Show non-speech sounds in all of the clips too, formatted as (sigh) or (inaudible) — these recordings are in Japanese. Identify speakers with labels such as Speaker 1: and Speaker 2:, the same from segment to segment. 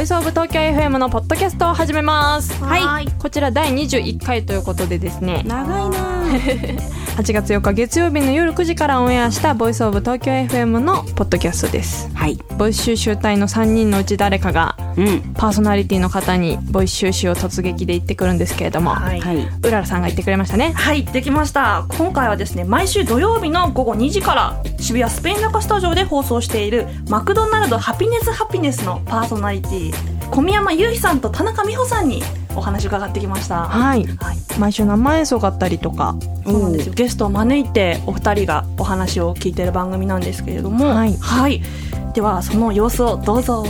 Speaker 1: イスオブ東京 FM のポッドキャストを始めます
Speaker 2: はい
Speaker 1: こちら第21回ということでですね
Speaker 2: 長いなー
Speaker 1: 8月4日月曜日の夜9時からオンエアしたボイスオブ東京 FM のポッドキャストです
Speaker 2: はい
Speaker 1: ボイス収集隊の3人のうち誰かが
Speaker 2: うん
Speaker 1: パーソナリティの方にボイス収集を突撃で言ってくるんですけれども、
Speaker 3: はい
Speaker 2: はい
Speaker 1: ウララさんが言ってくれましたね
Speaker 3: はい、できました。今回はですね、毎週土曜日の午後2時から渋谷スペイン中スタジオで放送しているマクドナルドハピネスハピネスのパーソナリティ、小宮山雄飛さんと田中美穂さんにお話伺ってきました。は
Speaker 1: はい
Speaker 3: い。
Speaker 1: 毎週生演奏があったりとか
Speaker 3: そうなんですよゲストを招いてお二人がお話を聞いてる番組なんですけれども、
Speaker 1: はい
Speaker 3: ではその様子をどうぞ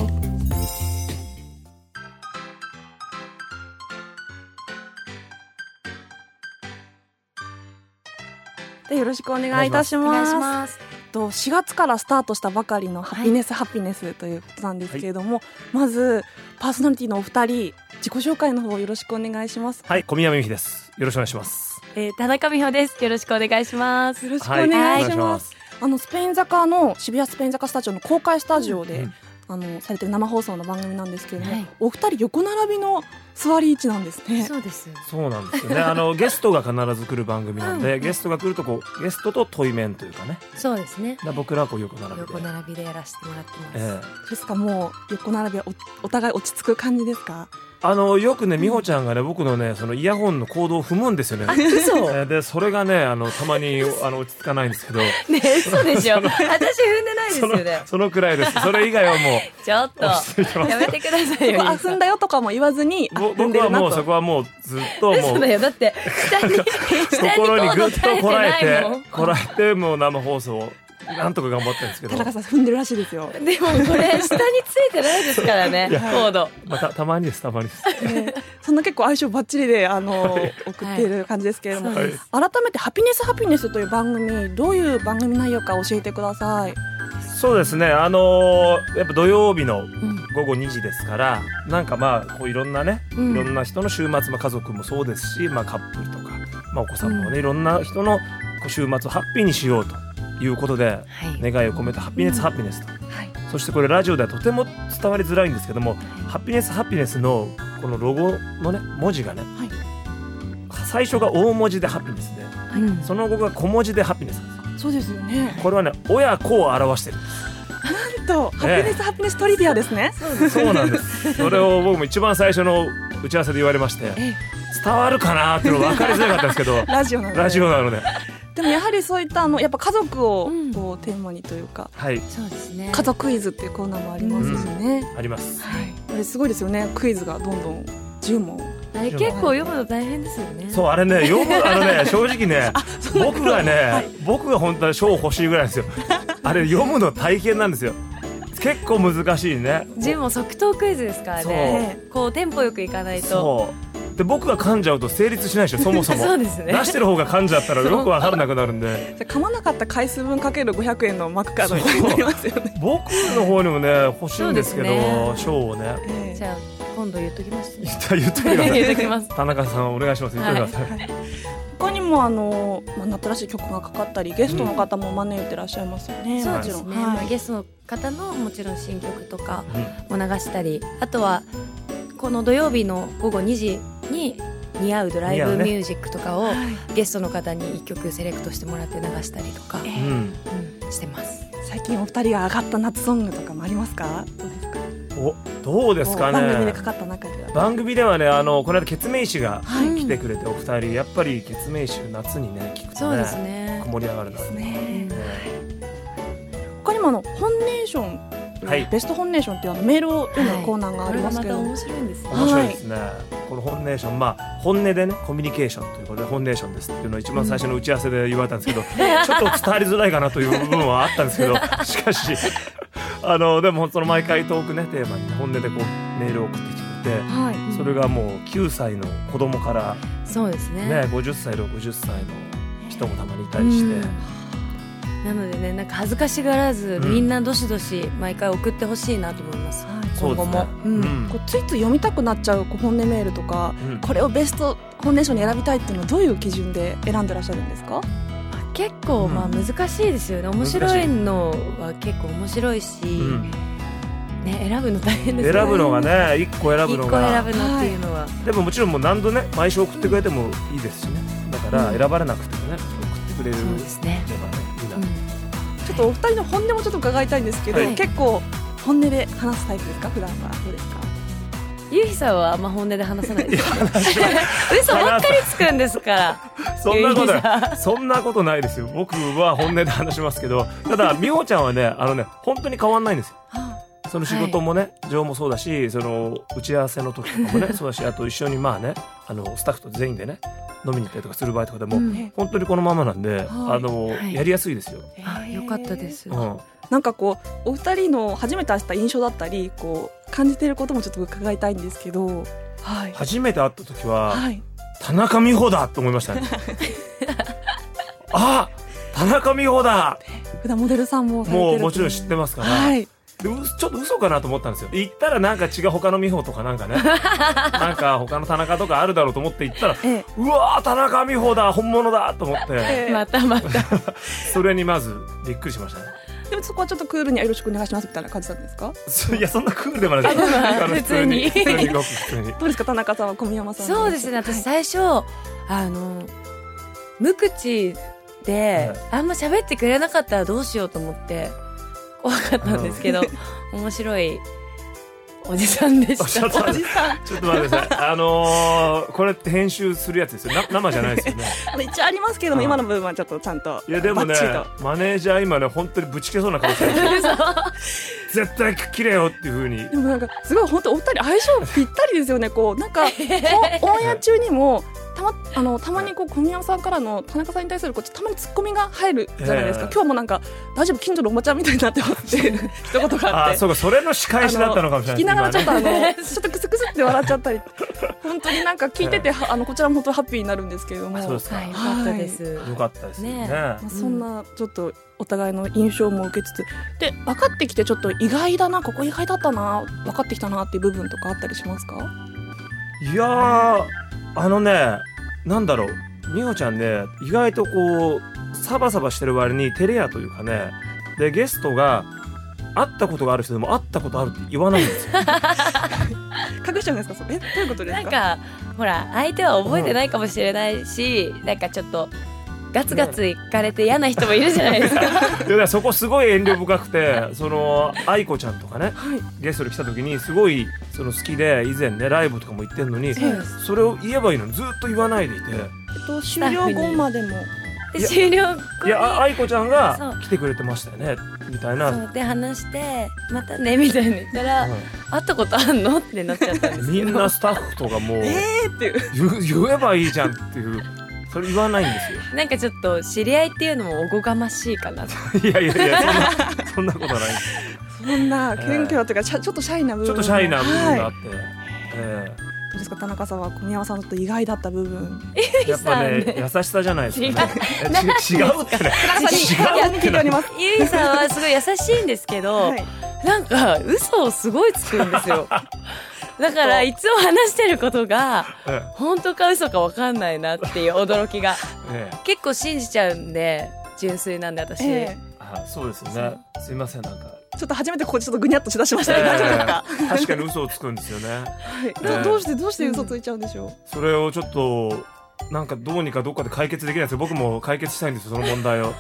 Speaker 3: でよろしくお願いいたし
Speaker 2: お願
Speaker 3: ま
Speaker 2: い
Speaker 3: す
Speaker 2: します
Speaker 3: と4月からスタートしたばかりの「ハピネス、ハピネス」ということなんですけれども、まずパーソナリティのお二人自己紹介の方よろしくお願いします
Speaker 4: はい、小宮山由紀です。よろしくお願いします。
Speaker 5: えー、田中美穂です。よろしくお願いします
Speaker 3: よ。ろしくお
Speaker 4: は
Speaker 3: 願い
Speaker 4: お
Speaker 3: し
Speaker 4: 願
Speaker 3: ます
Speaker 4: す。
Speaker 3: あのスペイン坂の渋谷スペイン坂スタジオの公開スタジオで、
Speaker 4: うん
Speaker 3: あのされてる生放送の番組なんですけれども、
Speaker 5: はい
Speaker 3: お二人横並びの座り位置なんですね。
Speaker 5: そうです。
Speaker 4: そうなんですよね。
Speaker 5: (laughs)
Speaker 4: あの、ゲストが必ず来る番組なんで、ゲストが来るとこう、ゲストと対面というかね。
Speaker 5: そうですね。
Speaker 4: だ僕らはこう横並びで
Speaker 5: 横。並びでやらせてもらってます。
Speaker 4: ええ
Speaker 3: ですかもう横並びはおお互い落ち着く感じですか。
Speaker 4: あの、よくね、美穂ちゃんがね、僕のね、そのイヤホンのコードを踏むんですよね。
Speaker 5: 嘘
Speaker 4: ええで、それがね、あの、たまに、あの、落ち着かないんですけど。
Speaker 5: ねえ、嘘 (laughs) でしょ。私踏んでないです
Speaker 4: そ
Speaker 5: よ
Speaker 4: の
Speaker 5: ね、。
Speaker 4: そのくらいです。それ以外はも
Speaker 5: ちょっと、
Speaker 4: 落ち着いてま
Speaker 5: (laughs)
Speaker 4: す
Speaker 5: やめてくださ
Speaker 3: そ
Speaker 5: い
Speaker 3: こ
Speaker 5: よ。
Speaker 3: あ踏んだよとかも言わずにあ
Speaker 4: う、
Speaker 3: 踏
Speaker 4: ぼ
Speaker 3: ん
Speaker 4: 僕
Speaker 3: で
Speaker 4: は
Speaker 3: るな
Speaker 4: もう、そ
Speaker 3: と。
Speaker 4: こはもう、ずっ
Speaker 5: (laughs)
Speaker 4: とも
Speaker 5: 嘘だ
Speaker 4: う、
Speaker 5: よ。だって、下に、下にコ
Speaker 4: 心に
Speaker 5: ー
Speaker 4: ぐ
Speaker 5: ド
Speaker 4: っと
Speaker 5: 垂れて
Speaker 4: こら
Speaker 5: な
Speaker 4: え
Speaker 5: いも
Speaker 4: て、こらえて、もう生放送を、なんとか頑張ったんですけど
Speaker 3: 田。中さん踏んでるらしいですよ。
Speaker 5: ん。でもこれ、下についてないですからね、コード。
Speaker 4: まあたたまにですたまにです。
Speaker 3: ねそんな結構相性バッチリであの送っている感じですけれども、
Speaker 5: はい
Speaker 4: そうで
Speaker 3: 改めてハピネスハピネスという番組どういう番組内容か教えてください。
Speaker 4: そうですねあのーやっぱ土曜日の
Speaker 5: うん
Speaker 4: 午後2時ですからなんかまあこういろんなね
Speaker 5: う
Speaker 4: いろ
Speaker 5: ん。
Speaker 4: んな人の週末、まあ、家族もそうですし、まあ、カップルとか、まあ、お子さんもね、いろんな人のこう週末をハッピーにしようということで
Speaker 5: はい。
Speaker 4: 願いを込めたハッピネス、
Speaker 3: うん
Speaker 4: ハッピネスと
Speaker 5: はい。
Speaker 4: そしてこれラジオではとても伝わりづらいんですけどもハッピネスハッピネスのこのロゴのね文字がね、
Speaker 3: はい
Speaker 4: 最初が大文字でハッピネスで
Speaker 5: うん
Speaker 4: その後が小文字でハッピネスなんです
Speaker 3: そ
Speaker 4: よ
Speaker 3: うですよね。
Speaker 4: これはね親子を表してる
Speaker 3: と、ハピ
Speaker 4: ええ
Speaker 3: ネスハピネストリビアですね。
Speaker 4: そうなんです。 (laughs) それを僕も一番最初の打ち合わせで言われまして、
Speaker 3: え、
Speaker 4: 伝わるかなーっていうの分かりづらかったんですけど
Speaker 3: ラジオなので。
Speaker 4: ラジオなので、
Speaker 3: でもやはりそういったあのやっぱ家族を
Speaker 5: うん
Speaker 3: こうテーマにというか、
Speaker 4: はい、
Speaker 5: そうですね。
Speaker 3: 家族クイズっていうコーナーもありますしね。
Speaker 4: あります。
Speaker 3: あれすごいですよね。クイズがどんどん10問。
Speaker 5: あれ結構読むの大変ですよね。
Speaker 4: そうあ
Speaker 5: (laughs)
Speaker 4: れね、よくあのね、正直ね、僕がね、
Speaker 3: は
Speaker 4: 僕が本当は賞欲しいぐらいなんで
Speaker 5: (laughs)
Speaker 4: すよ。あれ読むの大変なんですよ。結構難しいね。
Speaker 5: ジムも即答クイズですからね。
Speaker 3: え
Speaker 5: こう、テンポよくいかないと。
Speaker 4: そう。で僕が噛んじゃうと成立しないでしょ。そもそも。
Speaker 5: (laughs) そうですね
Speaker 4: 出してる方が噛んじゃったらよく分からなくなるんで
Speaker 3: え。じゃあ噛まなかった回数分かける500円のマックカードみたいになりますよね。
Speaker 4: 僕の方にもね欲しいんですけ
Speaker 5: そうですね
Speaker 4: ど賞、をね
Speaker 3: ええ
Speaker 5: じゃあ、今度言っときますね。
Speaker 4: 言って言ってくだ
Speaker 5: (laughs)
Speaker 4: さい
Speaker 5: 言っときます。
Speaker 4: 田中さんお願いします。言ってください。
Speaker 3: 他にもあの、まあ、新しい曲がかかったりゲストの方も招いてらっしゃいますよね。
Speaker 5: そう
Speaker 3: も
Speaker 5: で
Speaker 3: ち
Speaker 5: す
Speaker 3: ろん
Speaker 5: ね、ま
Speaker 3: は
Speaker 5: あ、
Speaker 3: い
Speaker 5: ゲストの方のもちろん新曲とかを流したりあとはこの土曜日の午後2時に似合うドライ
Speaker 4: 似合
Speaker 5: ブ
Speaker 4: うね
Speaker 5: ミュージックとかを
Speaker 3: はい
Speaker 5: ゲストの方に1曲セレクトしてもらって流したりとか、
Speaker 3: え
Speaker 4: うん。うん
Speaker 5: うんしてます。
Speaker 3: 最近お二人が上がった夏ソングとかもありますか。どうですか。
Speaker 4: おどうですかね
Speaker 3: 番組でかかった中では。
Speaker 4: 番組ではねあのこの間ケツメイシが
Speaker 3: はい
Speaker 5: うん
Speaker 4: 来てくれてお二人、やっぱりケツメイシ夏にね聞く
Speaker 5: そ
Speaker 4: と
Speaker 5: う
Speaker 4: ね
Speaker 5: ですね
Speaker 4: 盛り上がるな、ね
Speaker 3: ね他にもあの本ネーション
Speaker 4: はい
Speaker 3: ベスト本ネーションっていうあのメールを読むコーナーがあ
Speaker 5: こ
Speaker 3: り
Speaker 5: れが
Speaker 3: ます
Speaker 5: ま
Speaker 3: けど
Speaker 5: た
Speaker 3: も、
Speaker 5: 面白いんですよ
Speaker 4: 面白いですね、この本ネーションまあ本音でねコミュニケーションということで本ネーションですっていうのを一番最初の打ち合わせで言われたんです
Speaker 5: (laughs)
Speaker 4: けど、ちょっと伝わりづらいかなという部分はあったんですけどしかしあのでもその毎回トークねテーマにね本音でこうメールを送ってきてくれて。
Speaker 3: はい、
Speaker 4: それがもう9歳の子供から、
Speaker 5: そうですね
Speaker 4: ね、50歳60歳の人もたまにいたりして、
Speaker 5: うんなのでねなんか恥ずかしがらず、
Speaker 4: うん
Speaker 5: みんなどしどし毎回送ってほしいなと思います。
Speaker 4: そうで
Speaker 5: 今後
Speaker 4: すね
Speaker 5: もうん
Speaker 4: うん
Speaker 3: こうついつい読みたくなっちゃうこう本音メールとか、
Speaker 4: うん
Speaker 3: これをベスト本ネーションに選びたいっていうのはどういう基準で選んでらっしゃるんですか？
Speaker 5: 結構まあ
Speaker 4: うん
Speaker 5: 難しいですよね面白いのは結構面白いし、
Speaker 4: うん
Speaker 5: ね選ぶの大変です
Speaker 4: 選
Speaker 5: よ
Speaker 4: ぶのがね一個選ぶ
Speaker 5: 一
Speaker 4: の
Speaker 5: 個
Speaker 4: が
Speaker 5: 選ぶのっていうのは、
Speaker 4: でももちろんもう何度ね毎週送ってくれてもいいですしねだから選ばれなくてもね送ってくれる
Speaker 5: そうですね、
Speaker 4: ればねいいな、
Speaker 5: うん
Speaker 3: ちょっとお二人の本音もちょっと伺いたいんですけど、
Speaker 5: はい
Speaker 3: 結構本音で話すタイプですか普段はどうですか
Speaker 5: ゆうひさんはあんま本音で話さないですよ (laughs) 嘘ばっかりつくんですから
Speaker 4: そんなこと
Speaker 5: ゆうひさ
Speaker 4: ないそんなことないですよ僕は本音で話しますけ
Speaker 5: (laughs)
Speaker 4: どただ美穂ちゃんはねあのね本当に変わんないんですよその仕事もね、情もそうだしその打ち合わせの時とかも
Speaker 5: (laughs)
Speaker 4: ねそうだしあと一緒にまあねあのスタッフと全員でね飲みに行ったりとかする場合とかでも、
Speaker 5: うん
Speaker 4: 本当にこのままなんで、あの
Speaker 5: はい
Speaker 4: やりやすいですよ。
Speaker 5: あよかったです、
Speaker 4: うん
Speaker 3: なんかこうお二人の初めて会った印象だったりこう感じていることもちょっと伺いたいんですけどはい
Speaker 4: 初めて会った時は、
Speaker 3: はい
Speaker 4: 田中美穂だと思いましたね。あ田中美穂だ
Speaker 3: 普段モデルさんもされてる
Speaker 4: もうもちろん知ってますから、
Speaker 3: はい
Speaker 4: でうちょっと嘘かなと思ったんですよ行ったらなんか違う他の美穂とかなんかねなんか他の田中とかあるだろうと思って行ったら
Speaker 3: ええ
Speaker 4: うわー田中美穂だ本物だと思って、
Speaker 3: ええ
Speaker 5: またまた
Speaker 4: それにまずびっくりしましたね
Speaker 3: でもそこはちょっとクールによろしくお願いしますみたいな感じなんですか
Speaker 4: そいやそんなクールでもないです
Speaker 5: あ
Speaker 4: あの
Speaker 5: 普通に
Speaker 4: 普通にごく普通に
Speaker 3: どうですか田中さんは小宮山さんは
Speaker 5: そうですね私
Speaker 3: は
Speaker 5: 最
Speaker 3: い
Speaker 5: 初、あの無口で、あんま喋ってくれなかったらどうしようと思って怖かったんですけど面白いおじさん
Speaker 4: (laughs)
Speaker 5: で
Speaker 4: おっ
Speaker 5: し
Speaker 4: しゃ
Speaker 5: た
Speaker 4: った
Speaker 3: おじさん
Speaker 4: ちょっと待ってくださいあのー、これって編集するやつですよな生じゃないです
Speaker 3: (laughs)
Speaker 4: よね
Speaker 3: あの一応ありますけど
Speaker 4: う
Speaker 3: も
Speaker 4: ん
Speaker 3: 今の部分はちょっとちゃんと
Speaker 4: いやでも
Speaker 3: バ
Speaker 4: ね
Speaker 3: ッチリと
Speaker 4: マネージャー今ね本当にぶちけそうな顔してる
Speaker 3: (laughs)
Speaker 4: 絶対切れよっていうふうに
Speaker 3: でもなんかすごい本当お二人相性ぴったりですよねこうなん
Speaker 5: (laughs)
Speaker 3: かこうオンエア中にもたまあのたまにこう小宮山さんからの田中さんに対するこうちょっとたまにツッコミが入るじゃないですか、
Speaker 4: ええ
Speaker 3: 今日もなんか大丈夫近所のおばちゃんみたいになってますっていう一言があ
Speaker 4: あ
Speaker 3: って
Speaker 4: そうかそれの仕返しだったのかもしれ
Speaker 3: 聞
Speaker 4: な
Speaker 3: き
Speaker 4: い
Speaker 3: ながら (laughs) ちょっとあの、
Speaker 5: 今ね
Speaker 3: ちょっとクスクスって笑っちゃったり
Speaker 4: (laughs)
Speaker 3: 本当になんか聞いてて、はあのこちらも本当ハッピーになるんですけれども
Speaker 4: あそうですか
Speaker 5: はいよかったです、
Speaker 4: よかったですよね
Speaker 5: ね
Speaker 3: まあ、そんなちょっとお互いの印象も受けつつで分かってきてちょっと意外だなここ意外だったな分かってきたなっていう部分とかあったりしますか
Speaker 4: いやーあのねなんだろう美穂ちゃんね意外とこうサバサバしてる割に照れ屋というかねでゲストが会ったことがある人でも会ったことあるって言わないんですよ
Speaker 3: 隠しちゃうんですかそれえどういうことです
Speaker 5: な
Speaker 3: か
Speaker 5: んかほら相手は覚えてないかもしれないし、なんかちょっとガツガツいかれて嫌な人もいるじゃないですか
Speaker 4: でだからそこすごい遠慮深くてその愛子ちゃんとかね
Speaker 3: はい
Speaker 4: ゲストで来た時にすごいその好きで以前ねライブとかも行ってんのに
Speaker 5: そうです
Speaker 4: それを言えばいいのにずっと言わないでいて
Speaker 3: えっと終了後までも
Speaker 5: で
Speaker 4: いや
Speaker 5: 終了後
Speaker 4: い
Speaker 5: に
Speaker 4: やあ愛子ちゃんが
Speaker 5: そう
Speaker 4: 来てくれてましたよねみたいな。
Speaker 5: そうで話してまたねみたいに言ったら、
Speaker 4: うん
Speaker 5: 会ったことあんのってなっちゃったんです
Speaker 4: み
Speaker 5: けど
Speaker 4: んなスタッフとかもう
Speaker 3: えーっていう
Speaker 4: 言言えばいいじゃんっていうそれ言わないんですよ
Speaker 5: なんかちょっと知り合いっていうのもおこがましいかなと
Speaker 4: (laughs) いやいやいや (laughs) そんなそんなことない
Speaker 3: そんな謙虚というかちょちょっとシャイな部分
Speaker 4: ちょっとシャイな部分があ
Speaker 3: はい
Speaker 4: って、え
Speaker 3: どうですか田中さんは小宮山さんのちょっと意外だった部分
Speaker 4: えやっぱね優しさじゃないですかねえ違う違うってね
Speaker 3: 田中さんに
Speaker 4: 違う
Speaker 3: や (laughs) 聞いております
Speaker 5: ゆいさんはすごい優しいんですけど、
Speaker 3: はい
Speaker 5: なんか嘘をすごいつくんです (laughs) よだからいつも話してることが
Speaker 4: え
Speaker 5: 本当か嘘かわかんないなっていう驚きが
Speaker 4: (laughs) ええ
Speaker 5: 結構信じちゃうんで純粋なんで私、
Speaker 3: ええ
Speaker 4: あそうですねすいませんなんか、
Speaker 3: ちょっと初めてここでちょっとぐにゃっとしだしましたね大丈夫ですか
Speaker 4: ええ (laughs) 確かに嘘をつくんですよね
Speaker 3: はい
Speaker 4: ええ
Speaker 3: どどうしてどうして嘘ついちゃうんでしょう
Speaker 4: それをちょっとなんかどうにかどっかで解決できないんですよ僕も解決したいんですよその問
Speaker 3: (laughs)
Speaker 4: 題を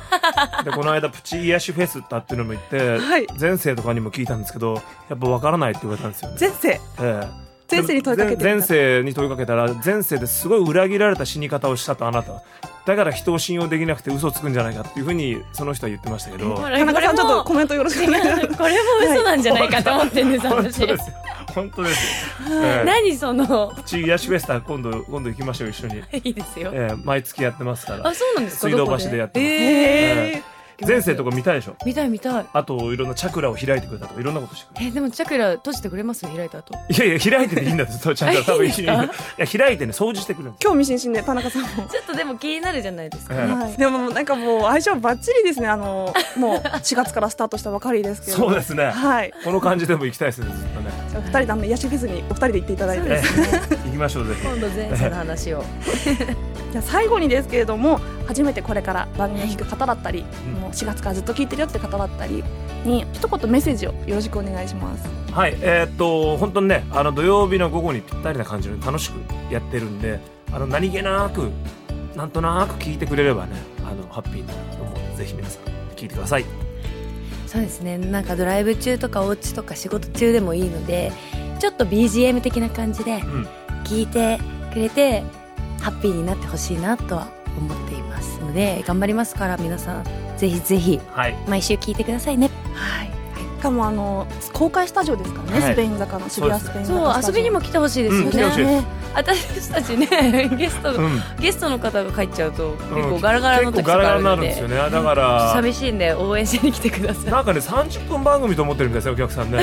Speaker 4: でこの間プチ癒しフェスだっていうのも言って、
Speaker 3: はい
Speaker 4: 前世とかにも聞いたんですけどやっぱわからないって言われたんですよね
Speaker 3: 前世
Speaker 4: ええ
Speaker 3: 前世に問いかけて
Speaker 4: 前前世に問いかけたら前世ですごい裏切られた死に方をしたとあなただから人を信用できなくて嘘をつくんじゃないかっていうふうにその人は言ってましたけど
Speaker 5: ほら
Speaker 3: 田中さんちょっと
Speaker 5: こ
Speaker 3: コメントよろしくお願いします
Speaker 5: れもこれも嘘なんじゃないかと思ってんです
Speaker 4: 本
Speaker 5: 私
Speaker 4: 当ですよ本当です
Speaker 3: (laughs)
Speaker 4: よ、ええ
Speaker 5: 何その
Speaker 4: プチ癒しフェスタ今度今度行きましょう一緒に、
Speaker 5: いいですよ
Speaker 4: ええ毎月やってますから
Speaker 5: あそうなんですか
Speaker 4: 水道
Speaker 5: どこ
Speaker 4: 橋でやってます
Speaker 5: ええ
Speaker 4: ええ前世とか見たいでしょ
Speaker 5: 見たい見たい
Speaker 4: あといろんなチャクラを開いてくれたとかいろんなことしてくれ
Speaker 5: えでもチャクラ閉じてくれます開いた後
Speaker 4: たいやいや開いてていいんだってそうチャクラ多分いいい
Speaker 5: あいいん
Speaker 4: や開いてね掃除してくれるんですよ
Speaker 3: 興味津々で田中さんも。
Speaker 5: ちょっとでも気になるじゃないですか、
Speaker 4: ええ
Speaker 3: はい、でももうなんかもう相性バッチリですねあのもう4月からスタートしたばかりですけど
Speaker 4: そうですね
Speaker 3: はい
Speaker 4: この感じでも行きたいですねずっとね、
Speaker 3: じゃあ二人であの癒しフェスにお二人で行っていただい
Speaker 5: そう
Speaker 3: て
Speaker 5: で
Speaker 4: え
Speaker 5: す
Speaker 4: え行きましょうぜひ
Speaker 5: 今度前世の話を
Speaker 3: じゃあ最後にですけれども初めてこれから番組を聞く方だったり、
Speaker 4: うん
Speaker 3: もう4月からずっと聞いてるよって方だったりに一言メッセージをよろしくお願いします。
Speaker 4: はい、えーっと本当にねあの土曜日の午後にぴったりな感じで楽しくやってるんであの何気なくなんとなく聞いてくれればねあのハッピーになると思うのでぜひ皆さん聞いてください
Speaker 2: そうですねなんかドライブ中とかお家とか仕事中でもいいのでちょっと BGM 的な感じで
Speaker 4: うん
Speaker 2: 聞いてくれてハッピーになってほしいなとは思っていますので頑張りますから皆さんぜひぜひ
Speaker 4: はい
Speaker 2: 毎週聞いてくださいね
Speaker 3: はい。しかもあの公開スタジオですからね、
Speaker 4: はい
Speaker 3: スペイン坂の渋谷スペイン坂
Speaker 2: そう
Speaker 3: スタ
Speaker 2: 遊
Speaker 3: ジ
Speaker 2: び
Speaker 3: オ
Speaker 2: にも来てほしいですよね,、
Speaker 4: うん来てほしいです
Speaker 2: 私たちね (laughs) ゲスト
Speaker 4: うん
Speaker 2: ゲストの方が帰っちゃうと結
Speaker 4: う
Speaker 2: 構
Speaker 4: ん
Speaker 2: ガラガラの時
Speaker 4: 結
Speaker 2: と
Speaker 4: 構ガラガ
Speaker 2: かあ
Speaker 4: ラ
Speaker 2: る
Speaker 4: にな
Speaker 2: の
Speaker 4: るん
Speaker 2: で
Speaker 4: ですよねだから
Speaker 2: 寂しいんで応援しに来てください
Speaker 4: なんかね30分番組と思ってるみたいですよお客さん (laughs) ね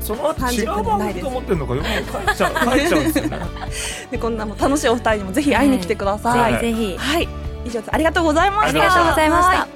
Speaker 4: その後違う番組と思ってるのかよく帰っちゃう帰っちゃうんですよね
Speaker 3: でこんなもう楽しいお二人にもぜひ会いに来てください。
Speaker 4: はい
Speaker 2: ぜひぜひ
Speaker 3: はい、以上ですありがとうございました。
Speaker 4: ありがとう
Speaker 2: ございました
Speaker 3: は